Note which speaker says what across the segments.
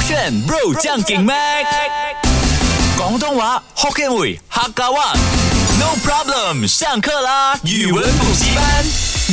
Speaker 1: 选 Bro 将劲 Mac，广东话 Hokkien 语客家话。No problem，上课啦！语文补习班。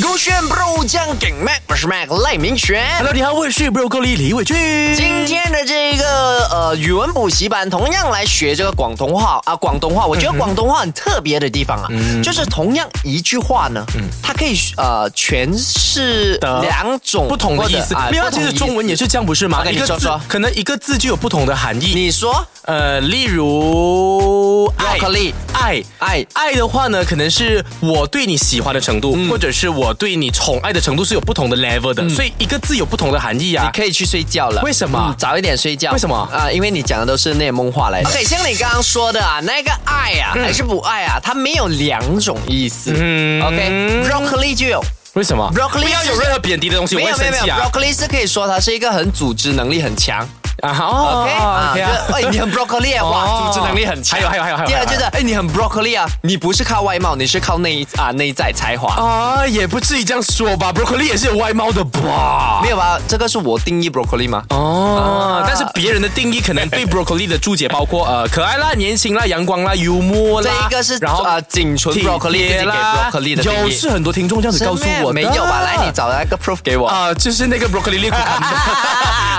Speaker 2: 勾选 bro 酱给 Mac，我是 Mac 赖明全。
Speaker 1: Hello，你好，我是 Bro 高丽李伟俊。
Speaker 2: 今天的这个呃语文补习班，同样来学这个广东话啊，广东话，我觉得广东话很特别的地方啊，
Speaker 3: 嗯
Speaker 2: 就是同样一句话呢，它可以呃诠释
Speaker 3: 的
Speaker 2: 两种
Speaker 3: 不同的意思
Speaker 2: 或者啊。
Speaker 3: 没有，
Speaker 2: 不同
Speaker 3: 其
Speaker 2: 的
Speaker 3: 实中文也是这样，不是吗？
Speaker 2: OK，
Speaker 3: 一个
Speaker 2: 你说
Speaker 3: 字
Speaker 2: 说
Speaker 3: 可能一个字就有不同的含
Speaker 2: 意思。
Speaker 3: 义。
Speaker 2: 你说
Speaker 3: 呃，例如爱
Speaker 2: broccoli
Speaker 3: 爱
Speaker 2: 爱
Speaker 3: 爱的话呢，可能是我对你喜欢的程
Speaker 2: 嗯
Speaker 3: 度，或者是我对你宠爱的程度是有不同的 level 的，所以一个字有不同的含义啊。
Speaker 2: 可以去睡觉了，
Speaker 3: 为什么
Speaker 2: 嗯早一点睡觉，
Speaker 3: 为什么嗯
Speaker 2: 啊？因为你讲的都是内蒙话来的。OK，像你刚刚说的啊，那个爱啊，还是不爱啊，它没有两种意思。
Speaker 3: 嗯
Speaker 2: OK，broccoli 就有。
Speaker 3: 为什么
Speaker 2: Broccoli
Speaker 3: 不要有任何贬低的东西，我
Speaker 2: 没
Speaker 3: 会
Speaker 2: 有没有
Speaker 3: 生
Speaker 2: 没有
Speaker 3: 气啊！
Speaker 2: ，broccoli 是可以说它是一个很组织能力很强。
Speaker 3: 啊好哦
Speaker 2: OK
Speaker 3: 哦
Speaker 2: 啊，
Speaker 3: ，OK
Speaker 2: 就
Speaker 3: 啊
Speaker 2: 哎，你很 broccoli 啊，哇，
Speaker 3: 哦
Speaker 2: 组织能力很强。
Speaker 3: 还有还有还有还有
Speaker 2: 第二
Speaker 3: 还有
Speaker 2: 就是哎，你很 broccoli 啊，你不是靠外貌，你是靠内啊内在才华。
Speaker 3: 啊，也不至于这样说吧，broccoli 也是有外貌的吧？
Speaker 2: 没有吧？这个是我定义 broccoli 吗？
Speaker 3: 哦，但是别人的定义可能对 broccoli 的注解包括呃可爱啦、年轻啦、阳光啦、幽默
Speaker 2: 这
Speaker 3: 啦，
Speaker 2: 一个是
Speaker 3: 然后
Speaker 2: 啊仅存
Speaker 3: 体
Speaker 2: broccoli 自己
Speaker 3: 贴
Speaker 2: 给
Speaker 3: 啦
Speaker 2: broccoli 的定
Speaker 3: 有
Speaker 2: 义。
Speaker 3: 是很多听众这样子告诉我的，
Speaker 2: 没有吧？来，你找来个 proof 给我。
Speaker 3: 啊、就是那个 broccoli 裂骨感，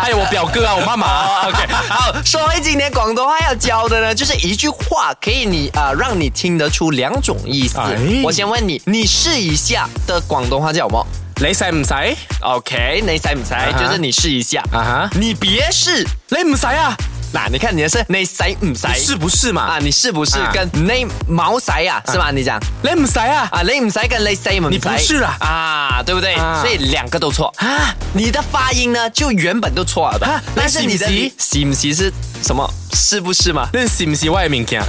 Speaker 3: 还有我表哥啊，我妈妈 啊，OK，
Speaker 2: 好，说回今天广东话要教的呢，就是一句话可以你啊、呃让你听得出两种意思。
Speaker 3: 哎
Speaker 2: 我先问你，你试一下的广东话叫什么
Speaker 3: 你使唔使？
Speaker 2: ？OK，你猜不猜
Speaker 3: 啊哈
Speaker 2: 就是你试一下
Speaker 3: 啊哈
Speaker 2: 你别试。
Speaker 3: 你唔使啊？
Speaker 2: 那你看你的是你塞唔塞？
Speaker 3: 是不是嘛？
Speaker 2: 啊，你是不是
Speaker 3: 啊
Speaker 2: 跟你毛塞呀、是吗？你讲
Speaker 3: 你唔使啊？
Speaker 2: 啊，你唔塞跟你塞唔塞？
Speaker 3: 你不是啊
Speaker 2: 啊，对不对？
Speaker 3: 啊
Speaker 2: 所以两个都错啊。你的发音呢，就原本就错了的
Speaker 3: 啊。
Speaker 2: 但是你的
Speaker 3: 你
Speaker 2: 是不是是什么？是不是 吗？
Speaker 3: 你是唔是外面 讲？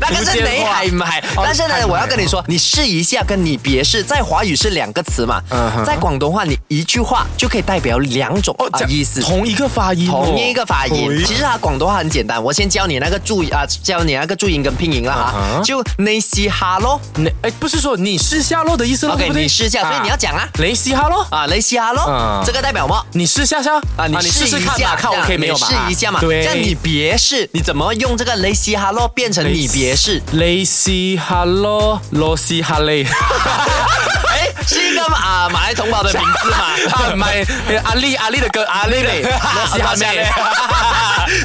Speaker 2: 那个是你海
Speaker 3: 啊
Speaker 2: 唔海？但是呢
Speaker 3: 海唔，海
Speaker 2: 我要跟你说，你试一下，跟你别试，在华语是两个词嘛
Speaker 3: 嗯，哼
Speaker 2: 在广东话你一句话就可以代表两种啊
Speaker 3: 讲
Speaker 2: 意思。
Speaker 3: 同一个发音哦，
Speaker 2: 同一个发音，
Speaker 3: 哎
Speaker 2: 其实它广东话很简单，我先教你那个注啊，教你那个注音跟拼音啦
Speaker 3: 嗯
Speaker 2: 哈，
Speaker 3: 哼
Speaker 2: 就内西哈咯
Speaker 3: 你哎，不是说你是夏洛的意思了
Speaker 2: OK，
Speaker 3: 对不对？
Speaker 2: 你是夏所以你要讲啊
Speaker 3: 雷西哈洛，
Speaker 2: 啊，内西哈咯
Speaker 3: 嗯，
Speaker 2: 这个代表么？
Speaker 3: 你试下下
Speaker 2: 啊，你试一
Speaker 3: 看
Speaker 2: 下，
Speaker 3: 嘛，看
Speaker 2: 这样
Speaker 3: OK 没有
Speaker 2: 你
Speaker 3: 嘛？
Speaker 2: 试一下嘛，这
Speaker 3: 对，哎
Speaker 2: 样你别试，你怎么用这个雷西哈咯变成你别试？
Speaker 3: 雷西哈洛，罗西哈 雷，
Speaker 2: 哎，是一个啊马来同胞的名字 嘛？
Speaker 3: 啊，买哎阿丽阿丽的歌阿 丽嘞，罗西哈妹。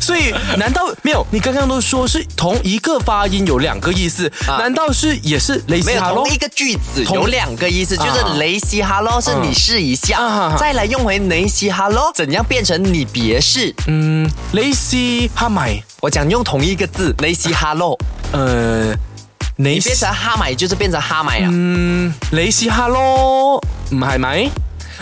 Speaker 3: 所以，难道没有？你刚刚都说是同一个发音有两个意思，
Speaker 2: 啊
Speaker 3: 难道是也是雷
Speaker 2: 没
Speaker 3: 西
Speaker 2: 有
Speaker 3: 哈洛
Speaker 2: 同一？个句子
Speaker 3: 同
Speaker 2: 有两个意思，就是雷西哈喽是你试一下
Speaker 3: 啊，
Speaker 2: 再来用回雷西哈喽，怎样变成你别试？
Speaker 3: 嗯，雷西哈买，
Speaker 2: 我讲用同一个字雷西哈喽，
Speaker 3: 呃，雷
Speaker 2: 你变
Speaker 3: 西
Speaker 2: 成哈买就是变成哈买啊，
Speaker 3: 嗯雷西哈洛，唔系咪？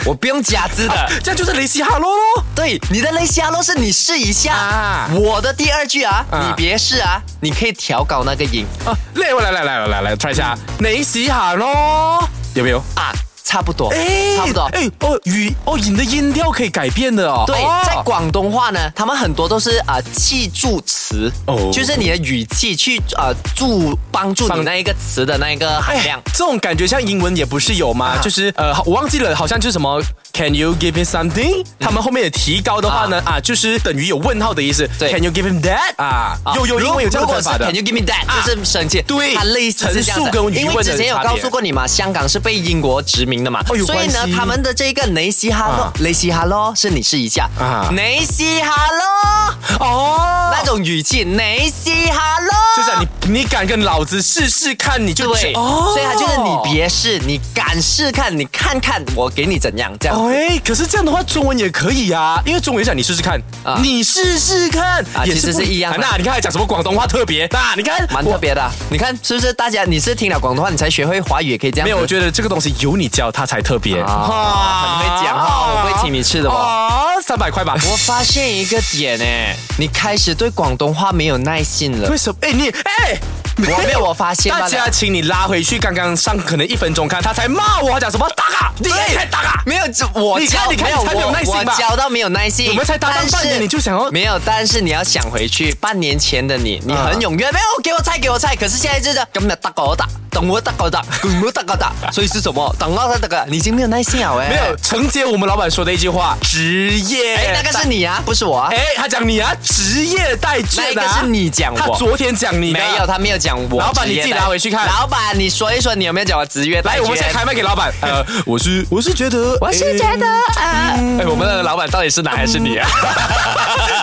Speaker 2: 我不用加字的。
Speaker 3: 这样就是雷西哈洛咯。
Speaker 2: 对，你的雷西哈喽是你试一下
Speaker 3: 啊，
Speaker 2: 我的第二句啊，
Speaker 3: 啊
Speaker 2: 你别试啊，你可以调高那个音
Speaker 3: 啊，来我来来来来来，try 一下，你试下咯，有没有？
Speaker 2: 啊，差不多，差不多。
Speaker 3: 哎哦，语哦，你的音调可以改变的哦。
Speaker 2: 对，
Speaker 3: 哦
Speaker 2: 在广东话呢，他们很多都是啊、呃、记助词，
Speaker 3: 哦
Speaker 2: 就是你的语气去啊、呃、助帮助你
Speaker 3: 帮哎
Speaker 2: 那一个词的那一个含量。
Speaker 3: 这种感觉像英文也不是有
Speaker 2: 啊
Speaker 3: 吗？就是呃，好我忘记了，好像就是什么 Can you give him something？、他
Speaker 2: 嗯
Speaker 3: 们后面的提高的话呢，啊就是等于有问号的意思。
Speaker 2: 对
Speaker 3: Can you give him that？啊，
Speaker 2: 啊
Speaker 3: 有有
Speaker 2: 如
Speaker 3: 英文有这样
Speaker 2: 如
Speaker 3: 的
Speaker 2: 果
Speaker 3: 讲
Speaker 2: 是
Speaker 3: 法的
Speaker 2: Can you give me that？、
Speaker 3: 啊
Speaker 2: 就是生气，
Speaker 3: 对
Speaker 2: 它类似是这样子
Speaker 3: 陈述跟疑
Speaker 2: 因
Speaker 3: 问的
Speaker 2: 为之前有
Speaker 3: 差别
Speaker 2: 告诉过你嘛，香港是被英国殖民的嘛，
Speaker 3: 哦有
Speaker 2: 所以呢
Speaker 3: 关，系
Speaker 2: 他们的这个雷西哈喽
Speaker 3: 啊，
Speaker 2: 雷西哈喽是你试一下，
Speaker 3: 啊
Speaker 2: 雷西哈喽
Speaker 3: 哦。
Speaker 2: 那种语气，雷西哈喽，
Speaker 3: 就是啊你你敢跟老子试试看，你就哦
Speaker 2: 对，所以他就是你别试，你敢试看，你看看我给你怎样这样子。
Speaker 3: 哦哎，可是这样的话，中文也可以啊，因为中文也讲你试试看，
Speaker 2: 啊
Speaker 3: 你试试看，
Speaker 2: 啊其实
Speaker 3: 不
Speaker 2: 是一样的
Speaker 3: 那你看还讲什么广东话特别？那你看
Speaker 2: 蛮
Speaker 3: 我
Speaker 2: 特别的啊、你看是不是？大家你是听了广东话，你才学会华语，也可以这样。
Speaker 3: 没有，我觉得这个东西有你教，它才特别。
Speaker 2: 啊很会
Speaker 3: 啊
Speaker 2: 讲话我不会请你吃的哦
Speaker 3: 哦，三百 块吧。
Speaker 2: 我发欸现一个点诶，你开始对广东话没有耐性了
Speaker 3: 为。什么？哎，你哎，
Speaker 2: 我 没有我发现罢
Speaker 3: 大
Speaker 2: 了
Speaker 3: 家请你拉回去，刚刚上可能一分钟看，他才骂我，他讲什么大咖，你也太大咖，
Speaker 2: 没有，这我
Speaker 3: 你看
Speaker 2: 教
Speaker 3: 你看
Speaker 2: 没有
Speaker 3: 你才没有
Speaker 2: 我
Speaker 3: 耐心
Speaker 2: 我
Speaker 3: 吧
Speaker 2: 教到没有耐心，
Speaker 3: 我们才搭档
Speaker 2: 但是
Speaker 3: 半年你就想要
Speaker 2: 没有，但是你要想回去半年前的你，你
Speaker 3: 啊
Speaker 2: 很踊跃，没有给我菜给我菜，可是现在就是根本大狗打，懂我大狗打，滚我大狗打，所以是什么？等到他这个，你已经没有耐心了哎，
Speaker 3: 没有，承接我们老板说的一句话，职业，
Speaker 2: 哎，那个是你啊，不是我啊
Speaker 3: 哎，，他讲你啊，职业带
Speaker 2: 那
Speaker 3: 卷
Speaker 2: 个
Speaker 3: 啊，
Speaker 2: 是你讲
Speaker 3: 他
Speaker 2: 我。
Speaker 3: 昨天讲你的啊
Speaker 2: 没有，，他没有讲我。
Speaker 3: 老板你自己拿回去看
Speaker 2: 老板，你说一说你有没有讲我职业代
Speaker 3: 来，
Speaker 2: 卷？
Speaker 3: 我们先开麦给老板，呃，我是我是觉得，我
Speaker 2: 是觉得啊，哎，我们的老板到底是男还是女啊？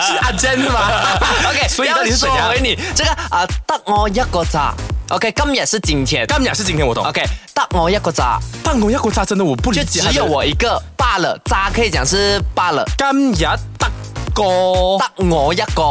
Speaker 3: 是阿珍是 吗
Speaker 2: OK，
Speaker 3: 嗯所以到底是怎
Speaker 2: 要
Speaker 3: 样
Speaker 2: 说回？你这个啊，得我一个咋？OK，今日是今天
Speaker 3: 今日是今天我懂。
Speaker 2: ，OK，得我一个咋，
Speaker 3: 办公一个炸真的我不理
Speaker 2: 就
Speaker 3: 解，
Speaker 2: 只有我一个罢了，咋可以讲是罢了，
Speaker 3: 今日得個，
Speaker 2: 得我一个。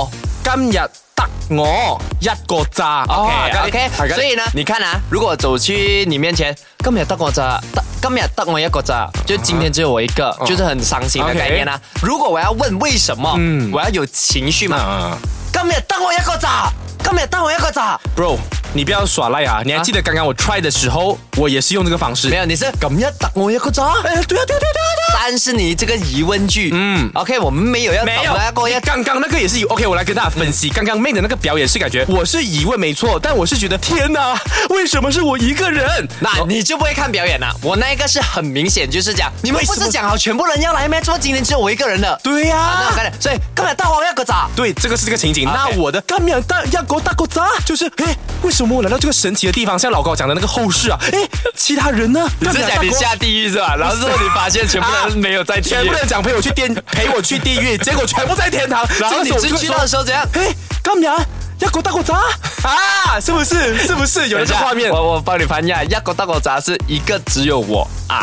Speaker 3: 今日得我一個炸。
Speaker 2: OK OK，所以呢，
Speaker 3: 你
Speaker 2: 你看啊，如果走去你面前，今日得我咋，得今日得我一个咋，就今天只有我一个，就是很伤心的
Speaker 3: OK
Speaker 2: 概念啦。如果我要问为什么
Speaker 3: 嗯，
Speaker 2: 我要有情绪嘛。
Speaker 3: 啊
Speaker 2: 今日得我一个咋，今日得我一个咋，
Speaker 3: ，Bro，你不要耍赖啊！你还记得刚刚我 try 的时候，我也是用这个方式。
Speaker 2: 没有，你是今日得我一个咋。
Speaker 3: 哎，对啊，对啊，对啊，对
Speaker 2: 但是你这个疑问句，
Speaker 3: 嗯
Speaker 2: 嗯，OK，我们没有要
Speaker 3: 啊，没有
Speaker 2: 要过要。
Speaker 3: 刚刚那个也是有 OK，我来跟大家分析，刚刚妹的那个表演是感觉我是疑问没错，但我是觉得天哪，为什么是我一个人？
Speaker 2: 那你就不会看表演啦？我那一个是很明显，就是讲你们不是讲好全部人要来吗？怎么今天只有我一个人的？
Speaker 3: 对呀、
Speaker 2: 啊，那我看了，所以根本大王要个咋？
Speaker 3: 对，这个是这个情景。那
Speaker 2: OK
Speaker 3: 我的干面大要狗大狗杂，就是哎，为什么我来到这个神奇的地方？像老高讲的那个后世啊，哎，其他人呢？
Speaker 2: 你是讲你下地狱是吧？然后之后你发 现全部人没有在地
Speaker 3: 全
Speaker 2: 狱
Speaker 3: 部，人讲陪我去 天，陪我去地狱，结果全部在天堂。
Speaker 2: 然后你
Speaker 3: 这个时
Speaker 2: 进
Speaker 3: 候我就
Speaker 2: 去到
Speaker 3: 会说
Speaker 2: 的时候怎样？
Speaker 3: 哎，干面要狗大狗杂 啊，是不是？是不是有
Speaker 2: 等
Speaker 3: 那
Speaker 2: 一
Speaker 3: 个
Speaker 2: 下
Speaker 3: 画面？
Speaker 2: 我我帮你翻一下，一个大个咋是一个只有我 啊，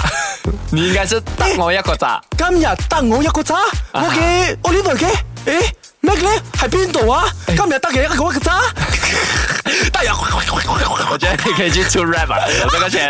Speaker 2: 你应该是大王一个咋？
Speaker 3: 今日得我一個咋，我嘅 Oliver 嘅，诶咩嘅咧？係邊度啊？今日得嘅一個咋，得人。
Speaker 2: 我觉得你可以去出 rap 啊，我这个钱。